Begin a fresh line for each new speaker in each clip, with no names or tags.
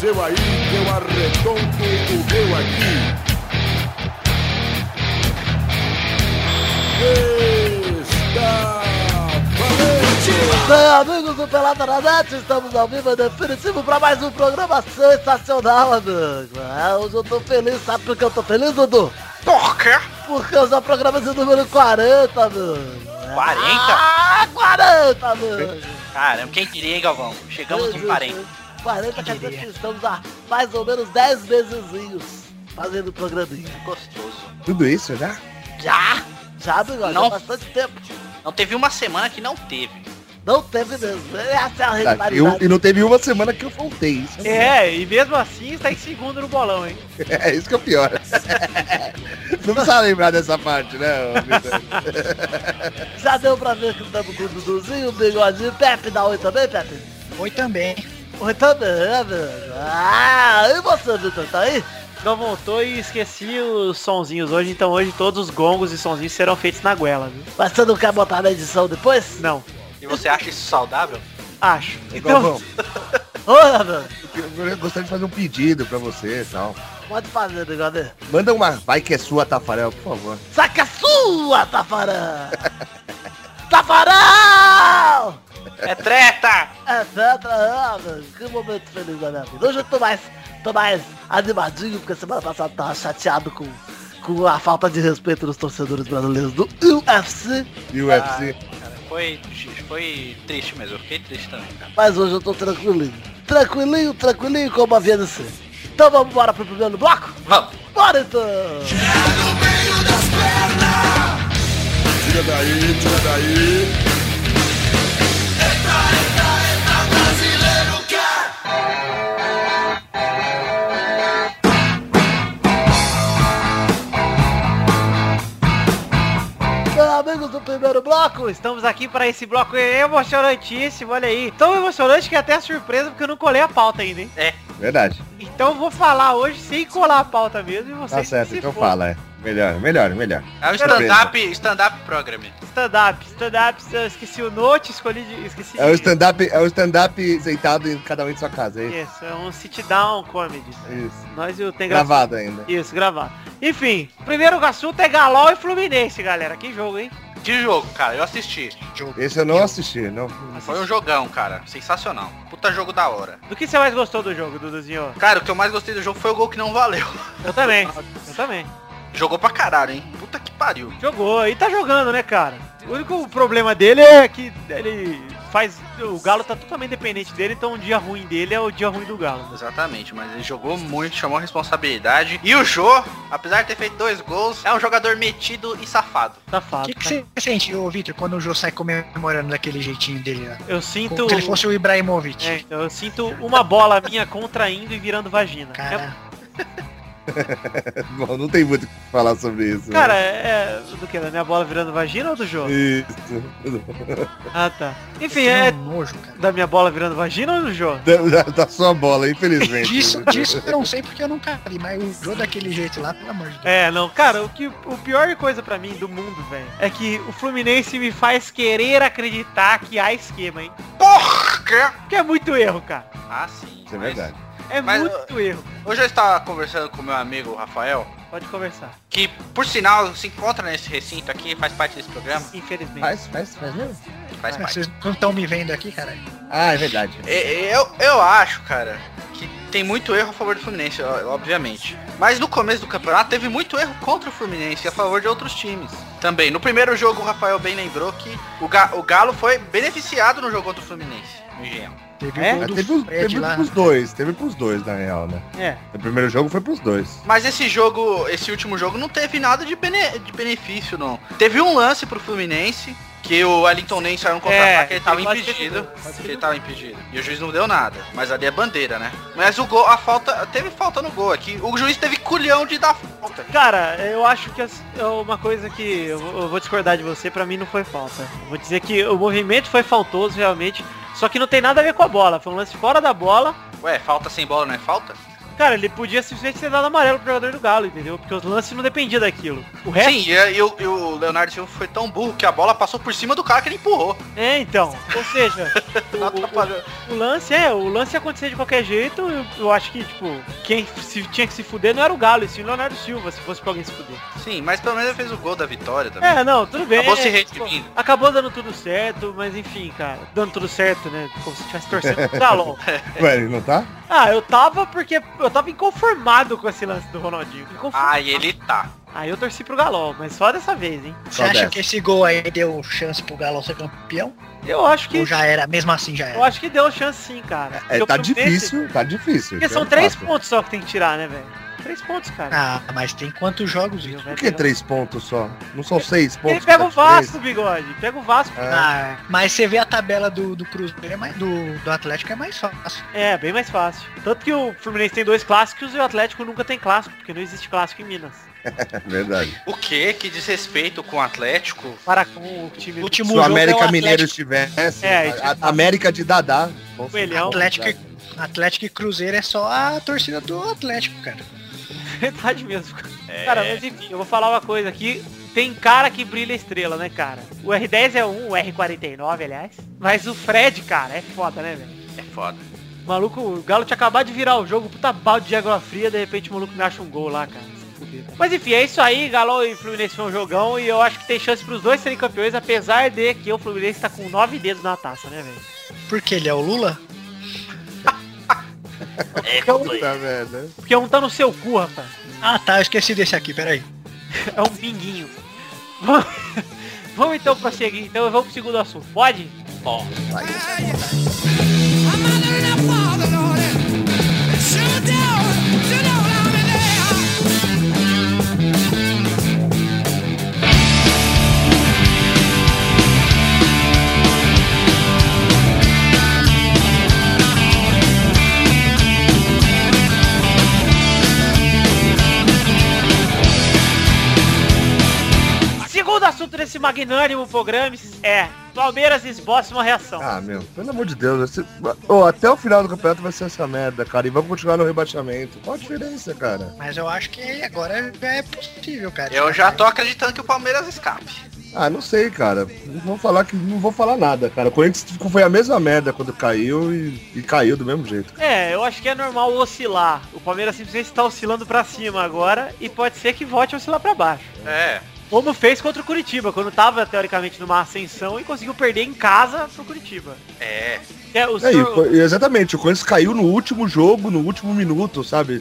seu aí, que eu arredonto o meu aqui. Está valente!
Bem, amigos do Pelada na Net, estamos ao vivo e definitivo para mais um programa sensacional, amigo. É, hoje eu tô feliz, sabe por que eu tô feliz, Dudu?
Por quê?
Porque é eu já programei esse número 40, amigo. É.
40?
Ah, 40, amigo.
Caramba, quem diria, hein, Galvão? Chegamos
Meu
em
Deus,
40.
né? 40 quer dizer que estamos há mais ou menos 10 meses fazendo o programinha.
Gostoso.
Tudo isso né? já?
Já? Já, bigode, há
Não.
bastante tempo.
Não teve uma semana que não teve.
Não teve mesmo. Essa é a
Tá,
regularidade.
eu, e não teve uma semana que eu faltei. Isso é,
É, e mesmo assim está em segundo no bolão, hein?
é isso que é o pior. não precisa lembrar dessa parte, né? ô, Vitor?
Então-
Já deu pra ver que estamos com o Duduzinho, o bigodinho, Pepe dá oi também, Pepe?
Oi também.
Oi também, amigo. Ah, e você, Vitor, tá aí?
Não voltou e esqueci os sonzinhos hoje, então hoje todos os gongos e sonzinhos serão feitos na goela, viu?
Mas você não quer botar na edição depois?
Não,
E você acha isso saudável?
acho.
Ô,
Então,
Galvão,
Oi, amigo.
É eu eu gostaria de fazer um pedido pra você e tal.
Pode fazer, bigode.
Manda uma vai que é sua, Tafarel, por favor.
Saca sua, Tafarão! Tafarão!
É treta!
É Tetra, ah, meu, que momento feliz da minha vida. Hoje eu tô mais, tô mais animadinho, porque semana passada eu tava chateado com, com a falta de respeito dos torcedores brasileiros do UFC.
E
Ah.
o UFC?
Cara, foi, foi triste mesmo. Eu fiquei triste também, cara.
Mas hoje eu tô tranquilinho. Tranquilinho, tranquilinho como havia de ser. Então vamos embora pro primeiro bloco?
Vamos.
Bora então!
Tira daí, tira daí.
Meus amigos do primeiro bloco,
estamos aqui para esse bloco emocionantíssimo, olha aí. Tão emocionante que é até surpresa porque eu não colei a pauta ainda, hein?
Verdade.
Então eu vou falar hoje sem colar a pauta mesmo e vocês
Tá
que
certo,
se
então
fodam.
fala. é. Melhor, melhor, melhor.
É o stand-up stand program.
Stand-up, stand-up, stand- esqueci o note, escolhi de, esqueci
É o
de-
stand-up, é o stand-up sentado em cada um em sua casa, é isso?
Isso, é um sit-down comedy.
Isso.
Nós e o Tem Graça
Gravado ainda.
Isso, gravar. Enfim, primeiro assunto é Galol e Fluminense, galera. Que jogo, hein?
Que jogo, cara. Eu assisti.
Esse eu não assisti, não.
Foi um jogão, cara. Sensacional. Puta jogo da hora.
Do que você mais gostou do jogo, Duduzinho?
Cara, o que eu mais gostei do jogo foi o gol que não valeu.
Eu também. Eu também.
Jogou pra caralho, hein? Puta que pariu.
Jogou e tá jogando, né, cara? O único problema dele é que ele faz. O Galo tá totalmente dependente dele, então um dia ruim dele é o dia ruim do Galo.
Exatamente, mas ele jogou muito, chamou a responsabilidade. E o Jô, apesar de ter feito dois gols, é um jogador metido e safado.
O
Safado.
que, que
tá?
você sente, ô Vitor, quando o Jô sai comemorando daquele jeitinho dele lá?
Eu
Como
sinto.
se ele fosse o Ibrahimovic.
Então, É, então eu sinto uma bola minha contraindo e virando vagina. É-
Cara,
Bom, não tem muito o que falar sobre isso. né?
cara, é. Do que? Da minha bola virando vagina ou do
É.
jogo?
Isso.
Ah tá. Enfim,
tem
é.
um nojo, cara.
Da minha bola virando vagina ou do jogo?
Da, da- da sua tá bola, infelizmente.
Disso, disso eu não sei porque eu nunca vi, mas o Jô daquele jeito lá, pelo amor de Deus.
É, não, cara, o que o pior coisa pra mim do mundo, velho, é que o Fluminense me faz querer acreditar que há esquema, hein?
Porra!
Porque é muito erro, cara.
Ah, sim.
Isso é
mas-
verdade.
É
Mas,
muito erro.
Hoje eu estava conversando com meu amigo Rafael,
Pode conversar.
que por sinal se encontra nesse recinto aqui, faz parte desse programa.
Infelizmente.
Faz, faz, faz mesmo?
É.
Faz
Mas
parte.
vocês não estão me vendo aqui, cara.
Ah, é verdade.
E- Eu, eu acho, cara, que tem muito erro a favor do Fluminense, ó, obviamente. Mas no começo do campeonato teve muito erro contra o Fluminense e a favor de outros times. Também, no primeiro jogo o Rafael bem lembrou que o, Ga- o Galo foi beneficiado no jogo contra o Fluminense, no Engenhão.
Teve
É?
o
Mas
gol do
teve, os-
Fred
teve um
lá.
pros dois, teve pros dois, na real, né?
É.
O primeiro jogo foi pros dois.
Mas esse jogo, esse último jogo, não teve nada de, bene- de benefício, não. Teve um lance pro Fluminense, que o Wellington nem saiu no
É,
contra-ataque, ele tava
ele quase fez
impedido.
o gol, quase fez
Ele
o
tava impedido. E o juiz não deu nada. Mas ali é bandeira, né? Mas o gol, a falta. Teve falta no gol aqui. O juiz teve culhão de dar falta.
Cara, eu acho que as- é uma coisa que eu vou eu vou discordar de você, pra mim não foi falta. Eu vou dizer que o movimento foi faltoso realmente, só que não tem nada a ver com a bola. Foi um lance fora da bola.
Ué, falta sem bola não é falta?
Cara, ele podia simplesmente ter dado amarelo pro jogador do Galo, entendeu? Porque os lances não dependiam daquilo. O resto.
Sim, e, e o, e o Leonardo Silva foi tão burro que a bola passou por cima do cara que ele empurrou.
É, então. Ou seja,
Não atrapalhou.
o, o lance é, o lance ia acontecer de qualquer jeito. Eu, eu acho que, tipo, quem se, tinha que se fuder não era o Galo, e sim o Leonardo Silva, se fosse pra alguém se fuder.
Sim, mas pelo menos ele fez o gol da vitória também.
É, não, tudo bem.
Acabou se
é,
redimindo.
pô, acabou dando tudo certo, mas enfim, cara. Dando tudo certo, né? Como se estivesse torcendo pro Galo.
Ué, ele não tá?
Ah, eu tava porque eu tava inconformado com esse lance do Ronaldinho.
Ah,
Inconformado.
e ele tá.
Aí eu torci pro Galo, mas só dessa vez, hein?
Você
Só
acha
dessa.
que esse gol aí deu chance pro Galo ser campeão?
Eu acho que
Ou já era? Mesmo assim já
eu
era.
acho que deu chance sim, cara.
É,
Porque
tá
o Fluminense-
difícil, tá difícil.
Porque
isso é
são
um
três
fato.
pontos só que tem que tirar, né, velho? Três pontos, cara.
Ah, mas tem quantos jogos? Viu?
Por que três pontos só? Não são seis pontos?
Ele pega o
que tá de
Vasco, bigode. Pega o Vasco.
três? É.
Ah, mas você vê a tabela do, do Cruzeiro, é mais, do, do Atlético é mais fácil.
É, bem mais fácil. Tanto que o Fluminense tem dois clássicos e o Atlético nunca tem clássico, porque não existe clássico em Minas.
É verdade.
O que? Que desrespeito com o Atlético?
Para com o time
O
do
último
Se o
jogo
América
é o
Mineiro
Atlético,
estivesse.
É,
a, a América de Dadá. Nossa,
Coelhão.
Atlético e Atlético e Cruzeiro é só a torcida do Atlético, cara.
é verdade mesmo.
É.
Cara, mas enfim, eu vou falar uma coisa aqui. Tem cara que brilha estrela, né, cara? O R10 é um, o R49, aliás. Mas o Fred, cara, é foda, né, velho?
É foda.
O Maluco, o Galo tinha acabado de virar o jogo, puta balde de água fria, de repente o maluco me acha um gol lá, cara. Se fuder, cara. Mas enfim, é isso aí, Galo e Fluminense foi um jogão e eu acho que tem chance pros dois serem campeões, apesar de que o Fluminense tá com nove dedos na taça, né, velho?
Porque ele é o Lula?
Puta merda.
um- Porque um tá no seu cu, rapaz.
Ah tá, eu esqueci desse aqui, peraí.
É um pinguinho. Vamos, vamos então pra seguir, então vamos pro segundo assunto. Pode? Segundo assunto desse magnânimo programa é Palmeiras esboça uma reação.
Ah, meu, pelo amor de Deus. Esse... Ô, até o final do campeonato vai ser essa merda, cara. E vamos continuar no rebaixamento. Qual a diferença, cara?
Mas eu acho que agora é possível, cara.
Eu já tô acreditando que o Palmeiras escape.
Ah, não sei, cara. Não vou falar que não vou falar nada, cara. O Corinthians ficou- foi a mesma merda quando caiu e, e caiu do mesmo jeito.
É, eu acho que é normal oscilar. O Palmeiras simplesmente está oscilando pra cima agora e pode ser que volte a oscilar pra baixo.
É.
Como fez contra o Curitiba, quando tava teoricamente numa ascensão e conseguiu perder em casa pro Curitiba.
É.
É, o
É, e
senhor-
o Cor- exatamente, o Corinthians caiu no último jogo, no último minuto, sabe?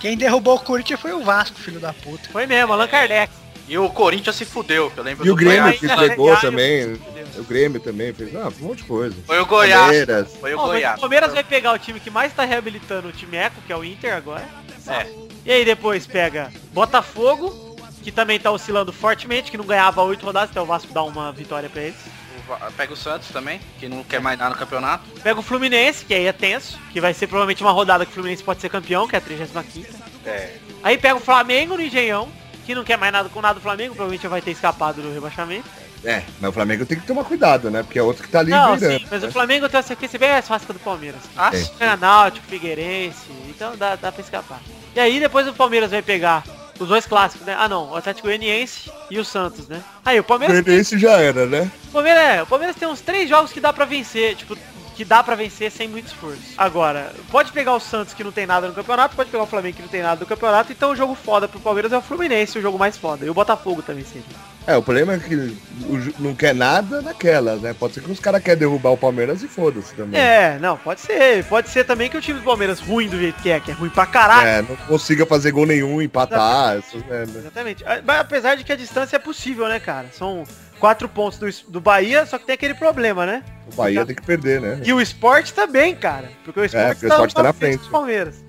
Quem derrubou o Corinthians foi o Vasco, filho da puta.
Foi mesmo, Allan Kardec.
E o Corinthians se fudeu, que eu lembro
E o Grêmio
Goiás.
que
ainda
entregou
arregaram.
também. O Grêmio também fez ah, um monte de coisa.
Foi o Goiás.
Palmeiras.
Foi o
Bom, mas
Goiás.
o Palmeiras é- vai pegar o time que mais tá reabilitando o time Eco, que é o Inter agora.
É.
E aí depois pega Botafogo, que também tá oscilando fortemente, que não ganhava oito rodadas, até o Vasco dar uma vitória pra eles.
O Va- Pega o Santos também, que não quer mais nada no campeonato.
Pega o Fluminense, que aí é tenso, que vai ser provavelmente uma rodada que o Fluminense pode ser campeão, que é a 35
É.
Aí pega o Flamengo no Engenhão, que não quer mais nada com nada do Flamengo, provavelmente já vai ter escapado do rebaixamento.
É, mas o Flamengo tem que tomar cuidado, né? Porque é outro que tá ali
não,
virando.
sim, mas
né?
o Flamengo eu tenho certeza que é bem mais fácil que a do Palmeiras.
Ah,
É.
sim.
É Náutico, Figueirense, então dá, dá pra escapar. E aí depois o Palmeiras vai pegar os dois clássicos, né? Ah não, o Atlético Goianiense e o Santos, né? Aí o
O
Palmeiras,
Fluminense já era, né?
o Palmeiras, é, o Palmeiras tem uns três jogos que dá pra vencer, tipo, que dá pra vencer sem muito esforço. Agora, pode pegar o Santos que não tem nada no campeonato, pode pegar o Flamengo que não tem nada no campeonato, então o jogo foda pro Palmeiras é o Fluminense, o jogo mais foda. E o Botafogo também seria.
É, o problema é que o ju- não quer nada naquela, né? Pode ser que os caras querem derrubar o Palmeiras e foda-se também.
É, não, pode ser. Pode ser também que o time do Palmeiras ruim do jeito que é, que é ruim pra caralho.
É, não consiga fazer gol nenhum, empatar, essas né, merdas.
Exatamente. A- Mas apesar de que a distância é possível, né, cara? São quatro pontos do, es- do Bahia, só que tem aquele problema, né?
O Bahia tem que perder, né?
E o esporte também, cara. Porque o esporte,
porque o Sport tá na frente.
do Palmeiras.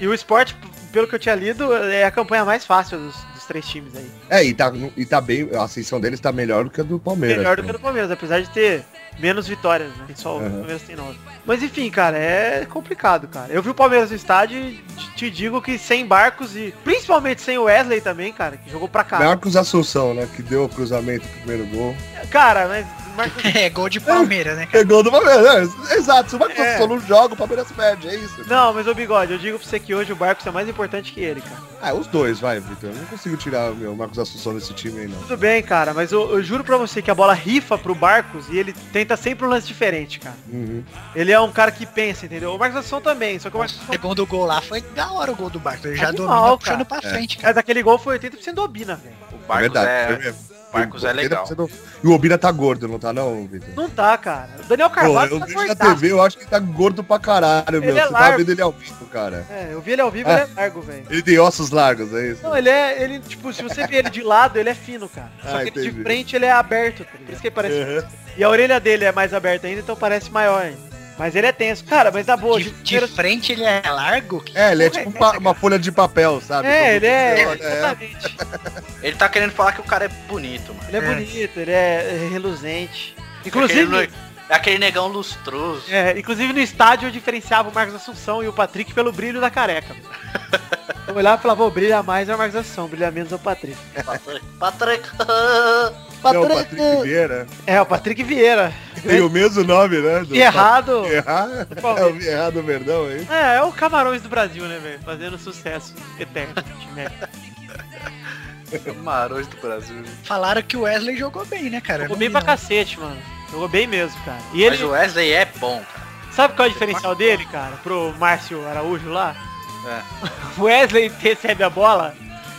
E o esporte, p- pelo que eu tinha lido, é a campanha mais fácil dos, dos três times aí.
É, e tá, e tá bem, a ascensão deles tá melhor do que a do Palmeiras. né?
Melhor do que a do Palmeiras, apesar de ter menos vitórias, né? Só o
assim. Aham.
Palmeiras tem nove. Mas enfim, cara, é complicado, cara. Eu vi o Palmeiras no estádio e te- te digo que sem barcos e principalmente sem o Wesley também, cara, que jogou pra caralho.
Melhor que os Assunção, né? Que deu o cruzamento pro primeiro gol.
Cara, mas marca.
É, gol de Palmeiras, né, cara?
É gol do Palmeiras. né? Exato. Se o Marcos Assunção não joga, o Palmeiras perde. É isso.
É. Não, mas ô bigode, eu digo pra você que hoje o Barcos é mais importante que ele, cara.
Ah, os dois, vai, Vitor. Eu não consigo tirar meu, o Marcos Assunção desse time aí, não.
Tudo bem, cara, mas eu, eu juro pra você que a bola rifa pro Barcos e ele tenta sempre um lance diferente, cara.
Uhum.
Ele é um cara que pensa, entendeu? O Marcos Assunção também, só que o Marcos
O
Assunção...
segundo gol lá foi da hora o gol do Barco. Ele já
Animal,
domina
cara.
puxando pra frente, cara.
Mas aquele é gol foi 80% do Obina, velho.
O Barcos
Verdade, foi
é...
mesmo.
O Barcos é
Obina
legal.
tá sendo- E o Obina tá gordo, não tá não, Vitor?
Não tá, cara. O Daniel
Pô,
Carvalho
eu
tá
vejo na
cortado.
TV, eu acho que ele tá gordo pra caralho, meu.
é
Você tá
largo.
vendo ele ao vivo, cara.
É, eu vi ele ao vivo,
Ah.
ele é largo, velho.
Ele tem ossos largos, é isso?
Não, ele é, ele, tipo, se você ver ele de lado, ele é fino, cara. Só
Ah,
que ele de
entendi.
frente, ele é aberto, tá ligado? por isso que ele parece...
Uhum.
E a orelha dele é mais aberta ainda, então parece maior ainda. Mas ele é tenso. Cara, mas na boa,
De,
gente,
de frente ele é largo. que-
É, ele é tipo uma, uma folha de papel, sabe?
É, ele é,
é.
exatamente.
Ele tá querendo falar que o cara é bonito, mano.
Ele é
É.
bonito, ele é é reluzente.
é
Inclusive,
aquele, ne- é aquele negão lustroso.
é, inclusive no estádio eu diferenciava o Marcos Assunção e o Patrick pelo brilho da careca. Eu olhava e falava, "Ô, brilha mais é o Marcos Assunção, brilha menos é o Patrick.
Patrick. Patrick.
Não, o Patrick Vieira.
É, o Patrick Vieira.
Tem o mesmo nome, né? Do
E errado.
Errar? É o errado Verdão aí.
É, é o Camarões do Brasil, né, velho? Fazendo sucesso eterno. né?
Marões do Brasil.
Falaram que o Wesley jogou bem, né, cara?
Jogou
Não
bem
vi,
pra
não.
cacete, mano. Jogou bem mesmo, cara. E ele,
Mas o Wesley é bom, cara.
sabe qual é o diferencial dele, cara? Pro Márcio Araújo lá?
É.
O Wesley recebe a bola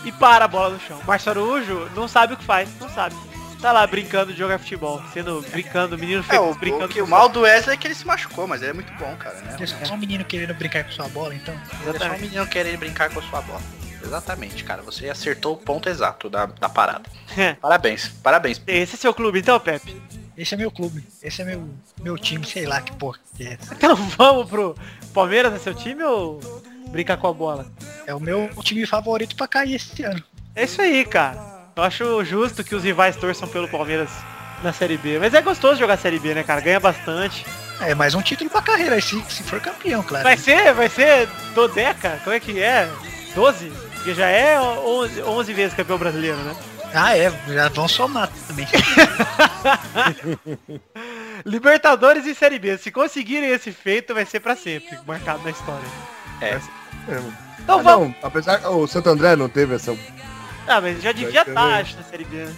e para a bola no chão. O Márcio Araújo não sabe o que faz, não sabe. Tá lá brincando de jogar futebol, sendo brincando, menino
É,
feliz,
o,
brincando.
o, que,
com
o mal do Wesley é que ele se machucou, mas ele é muito bom, cara, né?
É só um menino querendo brincar com sua bola, então.
futebol.
É só um
Exatamente.
menino querendo brincar com a sua bola. Exatamente, cara. Você acertou o ponto exato da, da parada.
É.
Parabéns, parabéns.
Esse é seu clube então, Pepe?
Esse é meu clube. Esse é meu, meu time, sei lá que porra que é.
Então vamos pro Palmeiras, é seu time ou brincar com a bola?
É o meu time favorito pra cair esse ano.
É isso aí, cara. Eu acho justo que os rivais torçam pelo Palmeiras na Série B. Mas é gostoso jogar Série B, né, cara? Ganha bastante.
É mais um título pra carreira, se, se for campeão,
É.
claro.
Vai ser, vai ser Dodeca? Como é que é? 12? Porque já é 11, 11 vezes campeão brasileiro, né?
Ah, é, já vão somar também.
Libertadores e Série B. Se conseguirem esse feito, vai ser pra sempre. Marcado na história.
É.
Então
Ah,
vamos.
não, apesar o Santo André não teve essa.
Ah, mas já devia
ter-
estar, acho, na Série B. né?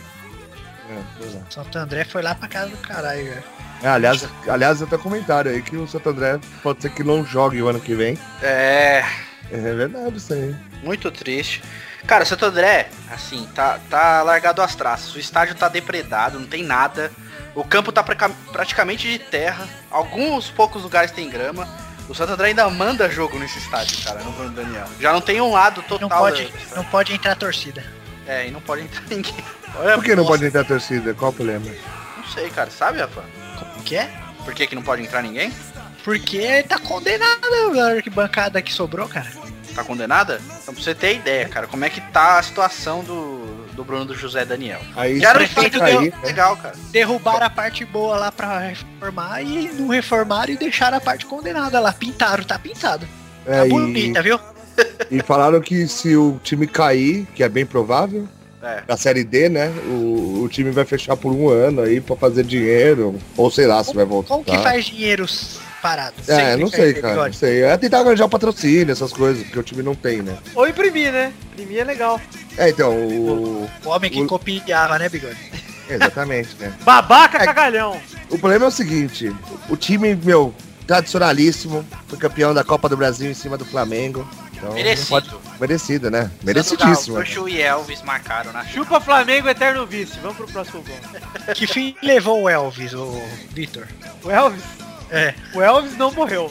É, sei lá.
Santo André foi lá pra casa do caralho, velho.
É, aliás, aliás, até comentário aí que o Santo André pode ser que não jogue o ano que vem.
É,
É verdade isso aí.
muito triste. Cara, o Santo André, assim, tá, tá largado as traças. O estádio tá depredado, não tem nada. O campo tá praca- praticamente de terra. Alguns poucos lugares tem grama. O Santo André ainda manda jogo nesse estádio, cara, no Bruno Daniel. Já não tem um lado total.
Não
Tá
pode,
da-
não pode entrar a torcida.
É, e não pode entrar ninguém.
Por que não
Nossa,
pode entrar a torcida? Qual o problema?
Não sei, cara, sabe, Rafa?
Como que é?
Por que, que não pode entrar ninguém?
Porque tá condenado a arquibancada que sobrou, cara.
Tá condenada? Então pra você ter ideia, cara, como é que tá a situação do, do Bruno do José Daniel.
Aí
Já era um
se
estádio
cair,
legal-
né?
legal, cara.
Derrubaram a parte boa lá pra reformar e não reformaram e deixaram a parte condenada lá. Pintaram, tá pintado. Tá
É, e,
bonita, viu?
e falaram que se o time cair, que é bem provável,
É.
na série D, né? O, o time vai fechar por um ano aí pra fazer dinheiro. Ou sei lá se vai voltar.
Como que faz dinheiro parado?
tá. É,
Sempre
não
quer
sei,
ter
cara. Não
bigode.
sei. É tentar arranjar patrocínio, essas coisas, porque o time não tem, né?
Ou imprimir, né? Imprimir é legal.
É, então, o.
O homem que
O-
copiava, né, bigode?
Exatamente, né?
Babaca
É.
cagalhão.
O problema é o seguinte, o time, meu, tradicionalíssimo, foi campeão da Copa do Brasil em cima do Flamengo. Então,
Merecido.
não pode- Merecido, né? Merecidíssimo.
O Xuxu e Elvis marcaram né? na chuva.
Chupa Flamengo, eterno vice. Vamos pro próximo gol.
Que fim levou o Elvis, o Vitor?
O Elvis?
É.
O Elvis não morreu.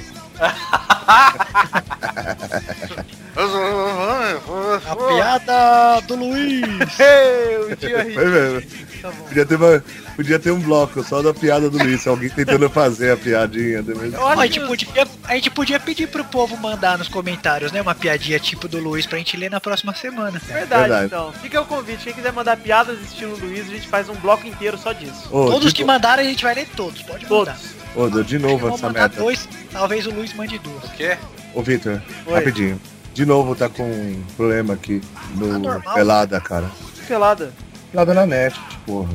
A piada do Luiz.
Ei, o dia
Foi mesmo.
Tá bom.
Podia ter, uma- podia ter um bloco só da piada do Luiz, alguém tentando fazer a piadinha. né? Mas-
Eu acho
Ó, a,
que
gente
os-
podia, a gente podia pedir pro povo mandar nos comentários, né? Uma piadinha tipo do Luiz pra gente ler na próxima semana.
Verdade,
Verdade.
então. Fica o convite. Quem quiser mandar piadas estilo Luiz, a gente faz um bloco inteiro só disso.
Ô, tá.
Todos
de,
que mandaram a gente vai ler todos, pode mandar.
Todos.
ô, Dô, de novo
Vamos
essa
mandar
meta.
dois, talvez o Luiz mande duas.
O quê?
Ô, Vitor,
Oi.
rapidinho. De novo tá com um problema aqui
Tá
no
normal.
Pelada, cara.
Pelada.
Pelada na net, porra.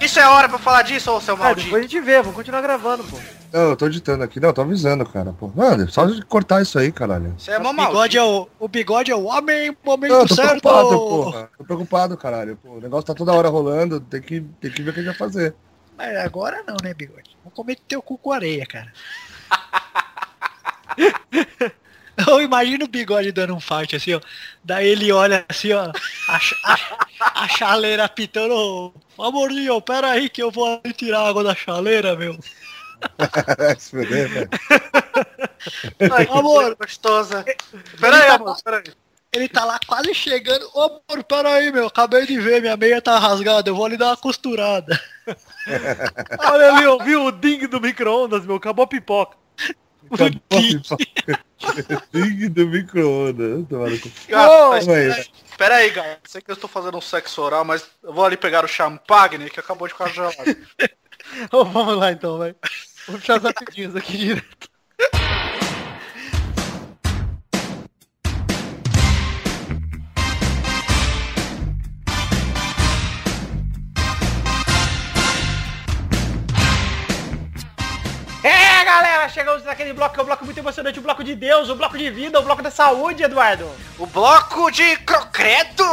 Isso é hora pra falar disso, ô seu
Ah,
maldito.
depois a gente vê, vamos continuar gravando, pô.
Não, eu tô editando aqui. Não, eu tô avisando, cara. Pô. Mano, só de cortar isso aí, caralho.
Você é mó
o,
maldito.
bigode é o, o bigode é o homem, momento
Não, eu tô
certo.
preocupado, porra. Tô preocupado, caralho. Pô, o negócio tá toda hora rolando, tem que, tem que ver o que a gente vai fazer.
Mas agora não, né, bigode? Vamos comer teu cu com areia, cara. Eu imagino o bigode dando um fight assim, ó. Daí ele olha assim, ó. A, cha- a, a chaleira pitando. "Ô, Amorzinho, pera aí que eu vou ali tirar a água da chaleira, meu.
Se fuder, velho.
Ai, que
Amor.
coisa gostosa. Peraí, amor, peraí.
Ele tá lá quase chegando. Ô, amor, pera aí, meu. Acabei de ver, minha meia tá rasgada. Eu vou ali dar uma costurada.
Olha ali, eu vi o ding do micro-ondas, meu, acabou a pipoca.
Acabou a pipoca. Ding do micro-ondas. Tomara com-
Gato, mas
Calma aí.
Peraí, galera, sei que eu estou fazendo um sexo oral, mas eu vou ali pegar o champagne que acabou de ficar gelado.
Ô, vamos lá então, vai. Vou puxar os rapidinhos aqui direto. É, galera, chegamos naquele bloco que é um bloco muito emocionante, o bloco de Deus, o bloco de vida, o bloco da saúde, Eduardo.
o bloco de crocreto!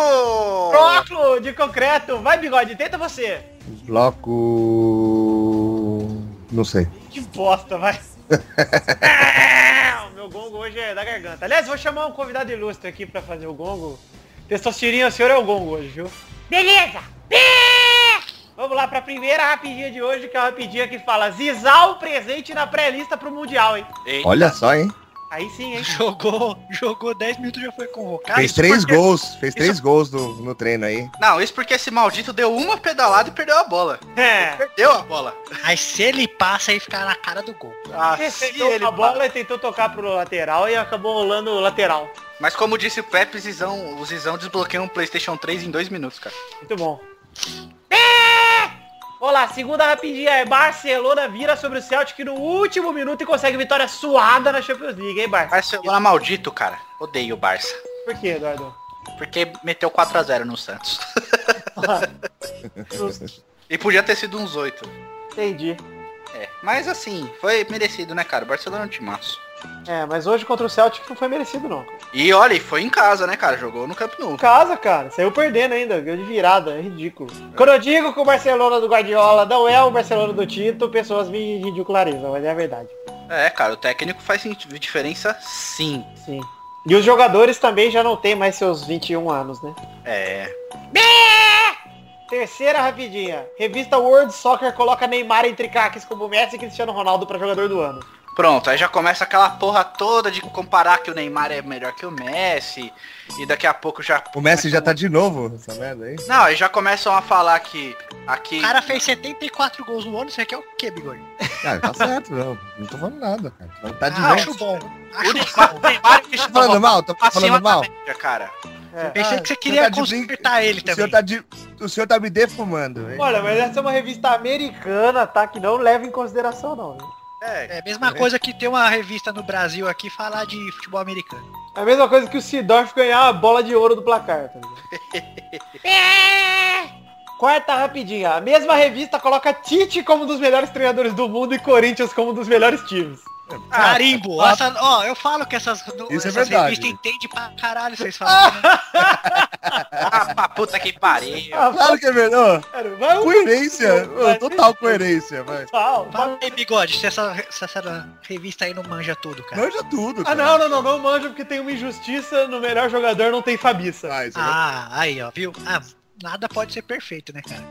Bloco de concreto, vai bigode, tenta você.
Bloco. Não sei.
Que bosta, vai. Ah, o meu gongo hoje é da garganta. Aliás, vou chamar um convidado ilustre aqui pra fazer o gongo. Testosterinha, o senhor é o gongo hoje, viu? Beleza! Pi! Vamos lá pra primeira rapidinha de hoje, que é a rapidinha que fala Zizal presente na pré-lista pro Mundial, hein?
Eita,
Olha só, hein?
Aí sim, hein?
Jogou, jogou 10 minutos e já foi convocado.
Fez três gols. Fez três gols no, no treino aí.
Não, isso porque esse maldito deu uma pedalada e perdeu a bola.
É.
Perdeu a bola.
Mas se ele passa, aí fica na cara do gol.
Ah, se
Recebeu
ele...
a bola e tentou tocar pro lateral e acabou rolando o lateral.
Mas como disse o Pepe, Zizão, o Zizão desbloqueou um Playstation 3 em dois minutos, cara.
Muito bom. Olá, É! segunda rapidinha é Barcelona vira sobre o Celtic no último minuto e consegue vitória suada na Champions League, hein, Barça?
Barcelona maldito, cara. Odeio o Barça.
Por quê, Eduardo?
Porque meteu 4x0 no Santos. e podia ter sido uns 8.
Entendi.
É, mas assim, foi merecido, né, cara? O Barcelona é um timaço.
É, mas hoje contra o Celtic não foi merecido, não.
E olha, e foi em casa, né, cara? Jogou no Camp Nou.
Casa, cara. Saiu perdendo ainda. Ganhou de virada. É ridículo. Quando eu digo que o Barcelona do Guardiola não é o Barcelona do Tito, pessoas me ridicularizam, mas é a verdade.
É, cara, o técnico faz senti- diferença sim.
Sim. E os jogadores também já não têm mais seus 21 anos, né?
É.
Terceira rapidinha. Revista World Soccer coloca Neymar entre craques como Messi e Cristiano Ronaldo pra jogador do ano.
Pronto, aí já começa aquela porra toda de comparar que o Neymar é melhor que o Messi. E daqui a pouco já.
O Messi já tá de novo, essa merda aí.
Não, aí já começam a falar que. Aqui.
O cara fez 74 gols no ano, você quer o quê, bigode?
Cara, tá certo, não. Não tô falando nada, cara. Tá de
Ah,
novo.
acho bom.
o
Acho
Neymar, o
bom.
Neymar e o
Tá
Cristiano
falando
Ronaldo
mal? Tá
acima
falando
da
mal?
média, cara.
É.
Pensei
Ah,
que você
você
queria
tá de
consertar ele
O senhor
também.
tá, de... o senhor tá me defumando, hein?
Olha, mas essa é uma revista americana, tá? Que não leva em consideração, não. né?
É.
É a mesma coisa que ter uma revista no Brasil aqui falar de futebol americano.
É a mesma coisa que o Sidorf ganhar a bola de ouro do placar, tá ligado? Quarta rapidinha. A mesma revista coloca Tite como um dos melhores treinadores do mundo e Corinthians como um dos melhores times.
Carimbo. essa- Ah, ó, eu falo que essas, no-
Isso é
essas
verdade.
revistas entendem pra caralho, vocês falam. né?
Ah, pra puta que pariu.
Ah,
Claro que é verdade.
sério, vai um
Coerência,
Vai. tá.
ô, total coerência, vai.
pau.
Fala aí, bigode, se essa, se essa revista aí não manja tudo, cara.
Manja tudo,
Ah,
cara.
não, não, não, não manjo porque tem uma injustiça no melhor jogador não tem Fabiça.
Ah, isso é
Ah, aí, ó, viu? Ah, nada pode ser perfeito, né, cara?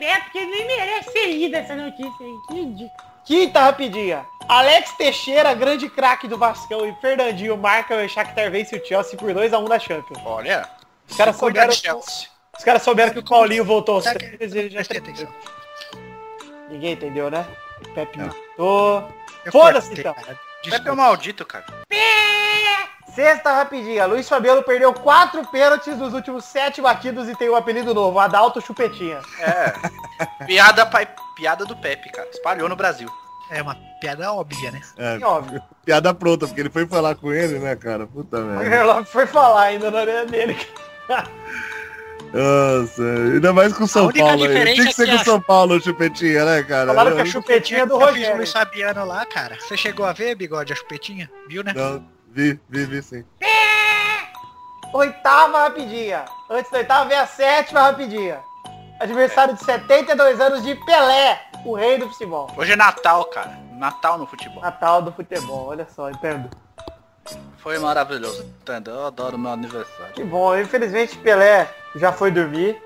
É, porque nem merece ser lida essa notícia aí. Que ridículo.
Quinta rapidinha. Alex Teixeira, grande craque do Vascão e Fernandinho marcam e o Shakhtar vence o Chelsea por 2x1 na Champions.
Olha.
Os caras
Cuida
souberam,
de Chelsea.
os caras souberam que o Paulinho voltou aos
Tá,
treinos e ele já
prestei atenção.
Ninguém entendeu, né? Pepe
Não.
matou.
Eu
Foda-se,
cortei,
então.
cara.
Pepe é um
Desculpa.
maldito, cara.
Sexta rapidinha. Luiz Fabelo perdeu quatro pênaltis nos últimos sete batidos e tem um apelido novo, Adalto Chupetinha.
É. piada, pai, piada do Pepe, cara. Espalhou no Brasil.
É uma piada óbvia, né?
É,
Que óbvio.
piada pronta, porque ele foi falar com ele, né, cara? Puta
O
merda.
é Gerloff foi falar ainda na orelha dele.
Nossa, ainda mais com o São
única
Paulo aí.
diferença
Tinha que ser
é
com
que
o
a-
São Paulo, Chupetinha, né, cara?
Falaram que a
Eu-
chupetinha é do
Eu fiz
Rogério.
Luiz Fabiano lá, cara. Você chegou a ver, bigode, a chupetinha? Viu, né?
Não, vi, vi, vi sim.
Oitava rapidinha. Antes da oitava vem a sétima rapidinha. Adversário de 72 anos de Pelé, o rei do futebol.
Hoje é Natal, cara. Natal no futebol.
Natal do futebol, olha só, entendo.
Foi maravilhoso. Entendeu? Eu adoro meu aniversário.
Que bom, infelizmente Pelé já foi dormir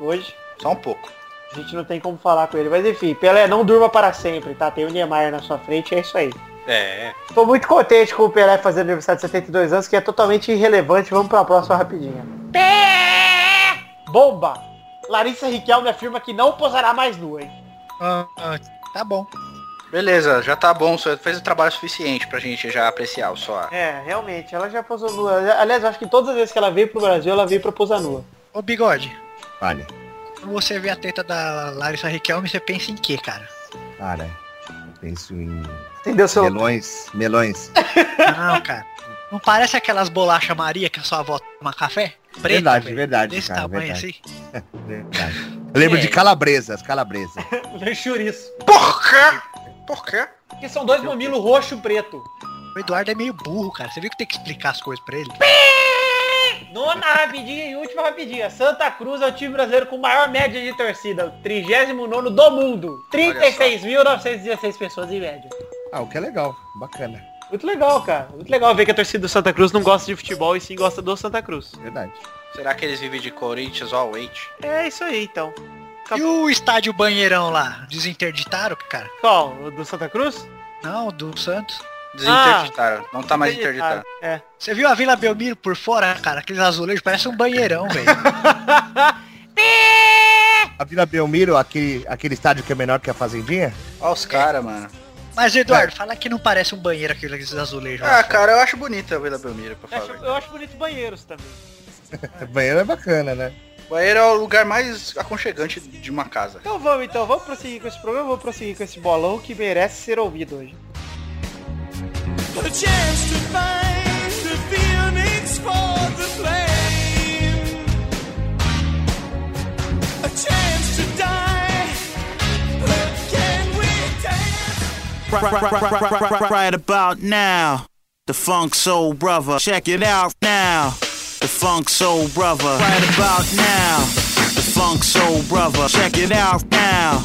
hoje.
Só um pouco.
A gente não tem como falar com ele, mas enfim, Pelé, não durma para sempre, tá? Tem o Niemeyer na sua frente, é isso aí.
É.
Tô muito contente com o Pelé fazendo aniversário de 72 anos, que é totalmente irrelevante. Vamos pra próxima rapidinha. Bomba! Larissa Riquelme afirma que não posará mais nua, hein?
Ah, ah, tá bom.
Beleza, já tá bom. Você fez o trabalho suficiente pra gente já apreciar o só.
É, realmente, ela já posou nua. Aliás, eu acho que todas as vezes que ela veio pro Brasil, ela veio pra posar nua.
Ô, bigode,
Olha,
quando você vê a teta da Larissa Riquelme, você pensa em quê, cara?
cara, eu penso em
Entendeu, seu...
melões, melões.
Não, cara. Não parece aquelas bolachas Maria que a sua avó toma café? Preta,
Verdade,
velho.
verdade,
Desse
cara,
tamanho
verdade.
assim?
Verdade. Eu lembro de calabresas, calabresas.
Lanchuriço.
Por quê? Por quê?
Que são dois mamilos roxo e preto.
O Eduardo é meio burro, cara. Você viu que tem que explicar as coisas pra ele?
Nona rapidinha e última rapidinha. Santa Cruz é o time brasileiro com maior média de torcida. 39 do mundo. 36.916 pessoas em média.
Ah, o que é legal, bacana,
Muito legal, cara. Muito
Muito legal ver que a torcida do Santa Cruz não gosta de futebol e sim gosta do Santa Cruz.
verdade.
Será que eles vivem de Corinthians all weight?
É isso aí, então. Tá
E o estádio banheirão lá? Desinterditaram, cara?
Qual? O do Santa Cruz?
Não, do Santos.
Desinterditaram. não tá mais interditado.
É.
Você viu a Vila Belmiro por fora, cara? Aqueles azulejos parecem um banheirão, velho.
A Vila Belmiro, aquele, aquele estádio que é menor que a Fazendinha?
Olha os caras, mano.
Mas, Eduardo, fala que não parece um banheiro aqueles azulejos.
É. Ah,
lá.
cara, eu acho bonita a Vila Belmiro, pra falar.
Eu
a
acho,
verdade.
eu acho bonito banheiros também.
Banheiro é bacana, né?
Banheiro é o lugar mais aconchegante de uma casa.
Então vamos, então. Vamos prosseguir com esse programa. Vamos prosseguir com esse bolão que merece ser ouvido hoje.
Right about now, the funk soul brother. Check it out now, the funk soul brother. Right about now, the funk soul brother. Check it out now,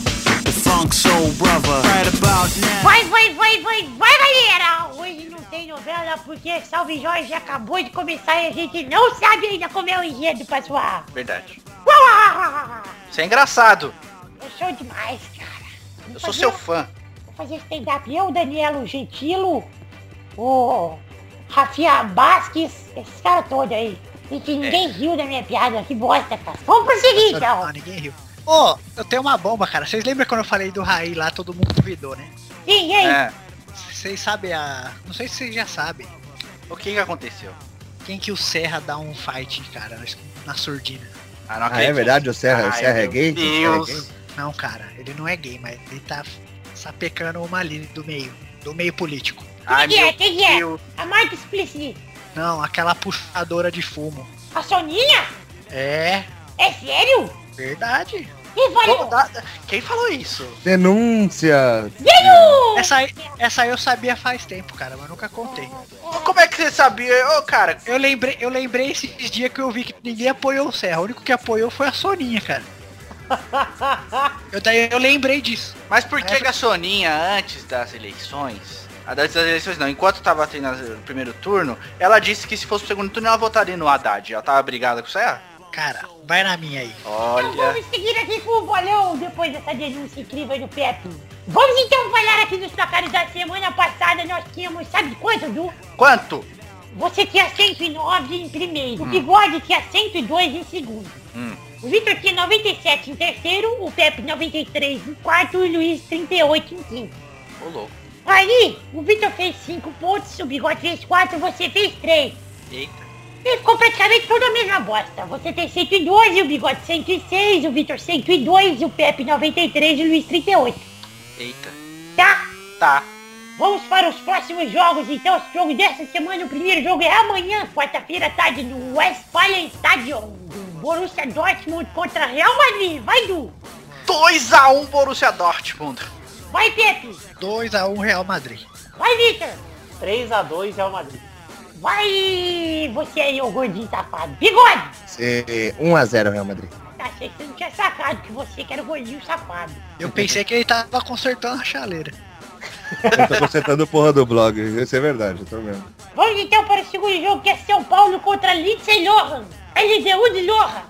the funk soul brother. Right about now.
Vai, vai, vai, vai, vai, galera! Hoje não tem novela porque Salve Jorge acabou de começar e a gente não sabe ainda como é o enredo, pessoal.
Verdade.
Uau!
Isso é engraçado.
Eu sou demais, cara. Vamos
Eu sou
fazer-
seu fã.
Vamos fazer stand-up. Eu, Danielo Gentilo, o Rafinha Basques, esses caras todos aí. E
É.
que ninguém riu da minha piada, que bosta, cara. Vamos prosseguir, então.
Ah, ninguém riu. Ô, eu tenho uma bomba, cara. Vocês lembram quando eu falei do Raí lá, todo mundo duvidou, né?
Sim, e aí?
É.
Vocês sabem a... Não sei se vocês já sabem.
O que que aconteceu?
Quem que o Serra dá um fight, cara, na surdina?
Ah, não
Ah, é
acredito.
verdade? O Serra, o
Ai,
Serra é
meu
gay? O Serra é
Deus.
gay?
Não, cara, ele não é gay, mas ele tá sapecando uma ali do meio, do meio político.
Ai,
Quem é?
meu
Quem é?
Deus.
A Marta Explicit.
Não, aquela puxadora de fumo.
A Soninha?
É,
É sério?
verdade.
E
Como
valeu!
dá- Quem falou isso?
Denúncia!
Essa, aí- essa aí eu sabia faz tempo, cara, mas nunca contei.
Como é que você sabia? Ô, cara,
Eu lembrei, eu lembrei esses dias que eu vi que ninguém apoiou o Serra. O único que apoiou foi a Soninha, cara. Eu, daí eu lembrei disso.
mas por que que a Soninha, antes das eleições... a Antes das eleições não, enquanto tava tendo as- o primeiro turno, ela disse que se fosse o segundo turno ela votaria no Haddad. Ela tava brigada com o Serra?
Cara, vai na minha aí.
Então
Olha,
vamos seguir aqui com o bolão depois dessa denúncia incrível do Pepe. Vamos então falar aqui dos placares da semana passada. Nós tínhamos, sabe quanto, Du?
quanto?
Você tinha 109 em primeiro. O Bigode tinha 102 em segundo.
Hum.
O Vitor tinha 97 em terceiro. O Pepe 93 em quarto. E o Luiz 38 em quinto.
Ô, louco.
Aí, o Vitor fez 5 pontos. O Bigode fez 4. Você fez 3.
Eita.
E ficou praticamente toda a mesma bosta. Você tem 112, o Bigode 106, o Vitor 102, o Pepe 93 e o Luiz 38.
Eita.
Tá?
Tá.
Vamos para os próximos jogos, então. Os jogos dessa semana, o primeiro jogo é amanhã, quarta-feira, tarde, no Westfalen Stadium. Borussia Dortmund contra Real Madrid. Vai, Du.
2x1 Borussia Dortmund.
Vai, Pepe.
2x1 Real Madrid.
Vai, Victor.
3x2 Real Madrid.
Vai, você aí, o gordinho safado. Bigode. Tá
É, 1x0 Real Madrid.
Achei que você não tinha sacado que você que era o gordinho safado.
Eu pensei que ele tava consertando a chaleira.
Eu tô consertando porra do blog. Isso é verdade, eu tô vendo.
Vamos então para o segundo jogo, que é São Paulo contra Lindsay Lohan. LDU de Lohan.